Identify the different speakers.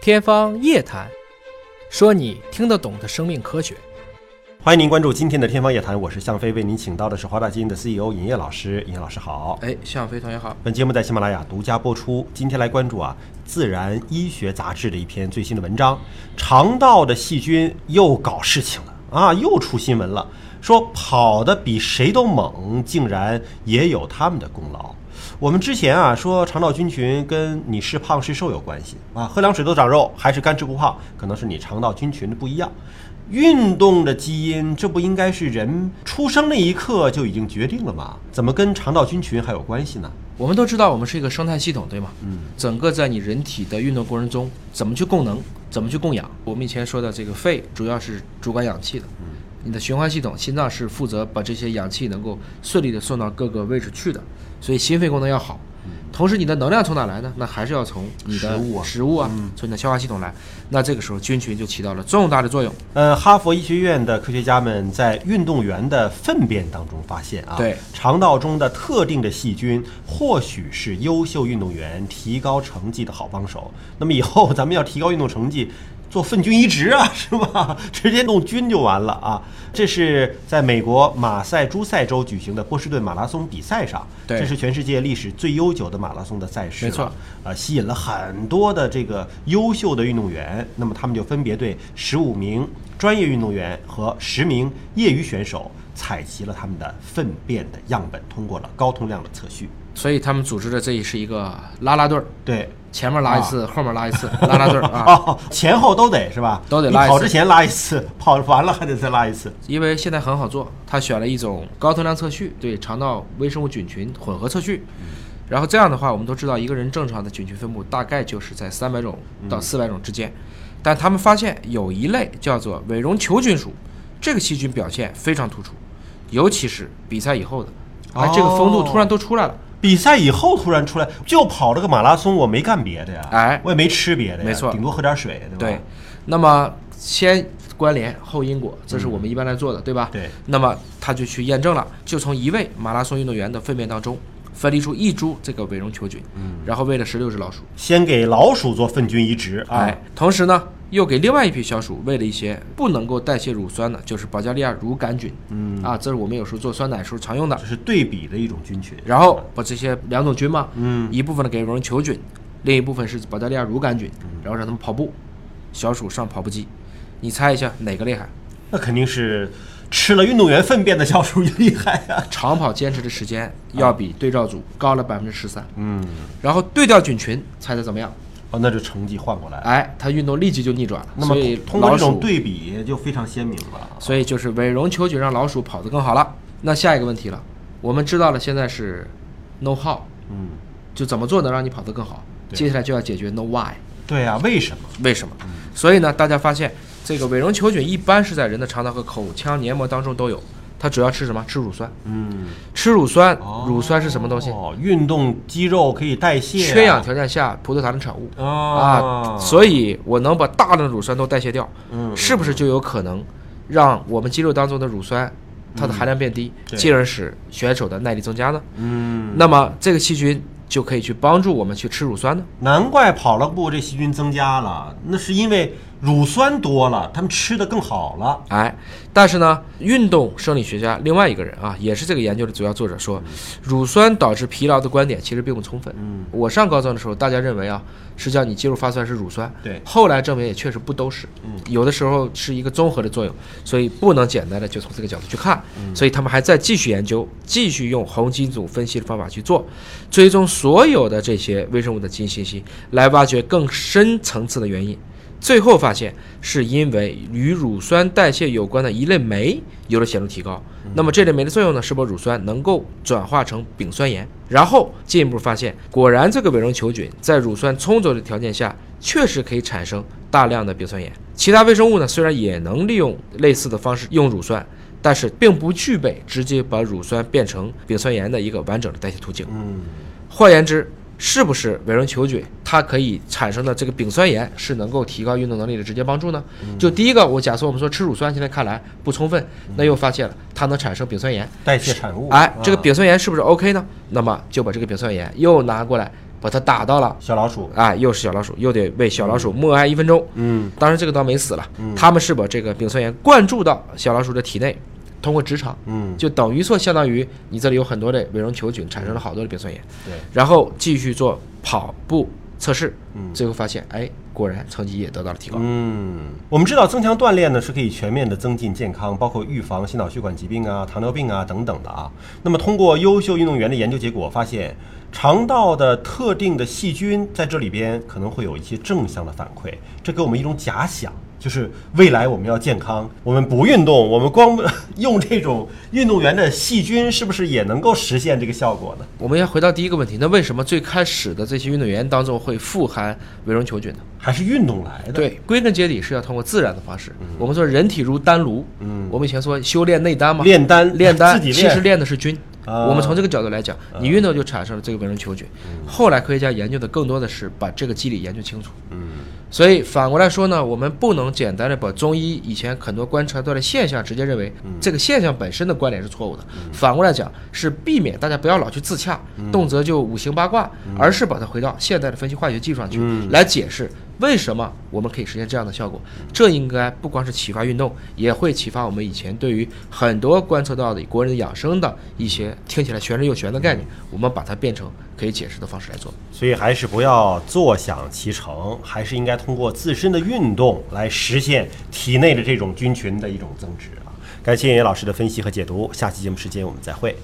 Speaker 1: 天方夜谭，说你听得懂的生命科学。
Speaker 2: 欢迎您关注今天的《天方夜谭》，我是向飞，为您请到的是华大基因的 CEO 尹烨老师。尹烨老师好，
Speaker 3: 哎，向飞同学好。
Speaker 2: 本节目在喜马拉雅独家播出。今天来关注啊，《自然医学》杂志的一篇最新的文章，肠道的细菌又搞事情了啊，又出新闻了，说跑得比谁都猛，竟然也有他们的功劳。我们之前啊说肠道菌群跟你是胖是瘦有关系啊，喝凉水都长肉，还是干吃不胖，可能是你肠道菌群的不一样。运动的基因，这不应该是人出生那一刻就已经决定了吗？怎么跟肠道菌群还有关系呢？
Speaker 1: 我们都知道，我们是一个生态系统，对吗？嗯，整个在你人体的运动过程中，怎么去供能，怎么去供氧？我们以前说的这个肺主要是主管氧气的，嗯，你的循环系统，心脏是负责把这些氧气能够顺利的送到各个位置去的，所以心肺功能要好。同时，你的能量从哪来呢？那还是要从你的
Speaker 2: 嗯食物啊
Speaker 1: 食物啊，从你的消化系统来。那这个时候，菌群就起到了重大的作用。
Speaker 2: 呃，哈佛医学院的科学家们在运动员的粪便当中发现啊，
Speaker 1: 对
Speaker 2: 肠道中的特定的细菌或许是优秀运动员提高成绩的好帮手。那么以后 咱们要提高运动成绩，做粪菌移植啊， 是吧？直接弄菌就完了啊。这是在美国马赛诸塞州举行的波士顿马拉松比赛上，
Speaker 1: 对
Speaker 2: 这是全世界历史最悠久的马拉松的赛事了，
Speaker 1: 没错
Speaker 2: 呃，吸引了很多的这个优秀的运动员，那么他们就分别对十五名专业运动员和十名业余选手采集了他们的粪便的样本，通过了高通量的测序。
Speaker 1: 所以他们组织的这也是一个拉拉队儿，
Speaker 2: 对，
Speaker 1: 前面拉一次，后面拉一 次，拉拉队儿啊。
Speaker 2: 哦，前后都得是吧？
Speaker 1: 都得
Speaker 2: 你
Speaker 1: 拉一
Speaker 2: 跑
Speaker 1: 次
Speaker 2: 之前拉一次，跑完了还得再拉一次。
Speaker 1: 因为现在很好做，他选了一种高通量测序，对肠道微生物菌群混合测序。然后这样的话，我们都知道一个人正常的菌群分布大概就是在三百种到四百种之间，但他们发现有一类叫做伪绒球菌属，这个细菌表现非常突出，尤其是比赛以后的，哎，这个风度突然都出来了。
Speaker 2: 比赛以后突然出来，就跑了个马拉松，我没干别的呀，
Speaker 1: 哎
Speaker 2: 我也没吃别的呀，
Speaker 1: 没错
Speaker 2: 顶多喝点水，对吧？
Speaker 1: 对，那么先关联后因果，这是我们一般来做的，对吧？
Speaker 2: 对。
Speaker 1: 那么他就去验证了，就从一位马拉松运动员的粪便当中分离出一株这个伪绒球菌，嗯，然后喂了十六只老鼠，
Speaker 2: 先给老鼠做粪菌移植啊，
Speaker 1: 哎，同时呢，又给另外一批小鼠喂了一些不能够代谢乳酸的，就是保加利亚乳杆菌，嗯，啊，这是我们有时候做酸奶时候常用的
Speaker 2: 这，是对比的一种菌群。
Speaker 1: 然后把这些两种菌嘛，嗯，一部分呢给绒球菌，另一部分是保加利亚乳杆菌，然后让它们跑步，小鼠上跑步机，你猜一下哪个厉害？
Speaker 2: 那肯定是吃了运动员粪便的小鼠厉害呀、
Speaker 1: 长跑坚持的时
Speaker 2: 啊
Speaker 1: 间要比对照组高了百分之十三，嗯，然后对调菌群猜的怎么样？
Speaker 2: 哦，那就成绩换过来。
Speaker 1: 哎，它运动立即就逆转了，
Speaker 2: 那么
Speaker 1: 所以
Speaker 2: 通过
Speaker 1: 老
Speaker 2: 这
Speaker 1: 鼠
Speaker 2: 种对比就非常鲜明了。
Speaker 1: 所以就是伪绒球菌让老鼠跑得更好了。那下一个问题了，我们知道了现在是 no how，
Speaker 2: 嗯，
Speaker 1: 就怎么做能让你跑得更好？接下来就要解决 no why，
Speaker 2: 对呀、为什么？
Speaker 1: 为什么？所以呢，大家发现这个伪绒球菌一般是在人的肠道和口腔黏膜当中都有，它主要吃什么？吃乳酸。
Speaker 2: 嗯，
Speaker 1: 吃乳酸，乳酸是什么东西？
Speaker 2: 哦，运动肌肉可以代谢、啊，
Speaker 1: 缺氧条件下葡萄糖的产物。
Speaker 2: 啊
Speaker 1: 啊，，所以我能把大量的乳酸都代谢掉，
Speaker 2: 嗯
Speaker 1: 是不是就有可能让我们肌肉当中的乳酸它的含量变低，
Speaker 2: 嗯对
Speaker 1: 进而使选手的耐力增加呢？
Speaker 2: 嗯，
Speaker 1: 那么这个细菌就可以去帮助我们去吃乳酸呢？
Speaker 2: 难怪跑了步这细菌增加了，那是因为乳酸多了，他们吃的更好了。
Speaker 1: 哎，但是呢，运动生理学家另外一个人啊，也是这个研究的主要作者说，乳酸导致疲劳的观点其实并不充分。
Speaker 2: 嗯，
Speaker 1: 我上高中的时候，大家认为啊是叫你肌肉发酸是乳酸，
Speaker 2: 对
Speaker 1: 后来证明也确实不都是，嗯，有的时候是一个综合的作用，所以不能简单的就从这个角度去看。
Speaker 2: 嗯
Speaker 1: 所以他们还在继续研究，继续用红基因组分析的方法去做，追踪所有的这些微生物的基因信息，来挖掘更深层次的原因。最后发现是因为与乳酸代谢有关的一类酶有了显著提高。那么这类酶的作用呢，是把乳酸能够转化成丙酸盐。然后进一步发现，果然这个伪绒球菌在乳酸充足的条件下，确实可以产生大量的丙酸盐。其他微生物呢，虽然也能利用类似的方式用乳酸，但是并不具备直接把乳酸变成丙酸盐的一个完整的代谢途径。
Speaker 2: 嗯，
Speaker 1: 换言之，是不是伪绒球菌它可以产生的这个丙酸盐是能够提高运动能力的直接帮助呢？
Speaker 2: 嗯
Speaker 1: 就第一个，我假设我们说吃乳酸，现在看来不充分，那又发现了它能产生丙酸盐，
Speaker 2: 嗯代谢产物。
Speaker 1: 哎，这个
Speaker 2: 啊
Speaker 1: 丙酸盐是不是 OK 呢？那么就把这个丙酸盐又拿过来把它打到了，
Speaker 2: 小老鼠，
Speaker 1: 啊，又是小老鼠，又得为小老鼠默哀一分钟。
Speaker 2: 嗯
Speaker 1: 当然这个倒没死了，他们是把这个丙酸盐灌注到小老鼠的体内，通过直肠，
Speaker 2: 嗯，
Speaker 1: 就等于说相当于你这里有很多的伪绒球菌产生了好多的丙酸盐，
Speaker 2: 对，
Speaker 1: 然后继续做跑步测试，
Speaker 2: 嗯
Speaker 1: 最后发现，哎，果然成绩也得到了提高。
Speaker 2: 嗯，我们知道增强锻炼呢是可以全面的增进健康，包括预防心脑血管疾病啊、糖尿病啊等等的啊。那么通过优秀运动员的研究结果发现，肠道的特定的细菌在这里边可能会有一些正向的反馈，这给我们一种假想。就是未来我们要健康，我们不 运动，我们光用这种运动员的细菌，是不是也能够实现这个效果呢？
Speaker 1: 我们要回到第一个问题，那为什么最开始的这些运动员当中会富含伪绒球菌呢？
Speaker 2: 还是运动来的？，
Speaker 1: 对，归根结底是要通过自然的方式。我们说人体如丹炉，
Speaker 2: 嗯
Speaker 1: 我们以前说修炼内丹嘛，
Speaker 2: 炼丹
Speaker 1: 炼丹
Speaker 2: 自己
Speaker 1: 其实
Speaker 2: 练
Speaker 1: 练的是菌。
Speaker 2: 啊
Speaker 1: 我们从这个角度来讲，你运动就产生了这个伪绒球菌。后来科学家研究的更多的是把这个机理研究清楚。
Speaker 2: 嗯
Speaker 1: 所以反过来说呢，我们不能简单的把中医以前很多观察到的现象直接认为这个现象本身的关联是错误的。反过来讲，是避免大家不要老去自洽，动辄就五行八卦，而是把它回到现代的分析化学技术上去来解释。为什么我们可以实现这样的效果？这应该不光是启发运动，也会启发我们以前对于很多观测到的国人养生的一些听起来玄之又玄的概念，我们把它变成可以解释的方式来做。
Speaker 2: 所以还是不要坐享其成，还是应该通过自身的运动来实现体内的这种菌群的一种增值啊！感谢叶老师的分析和解读，下期节目时间我们再会。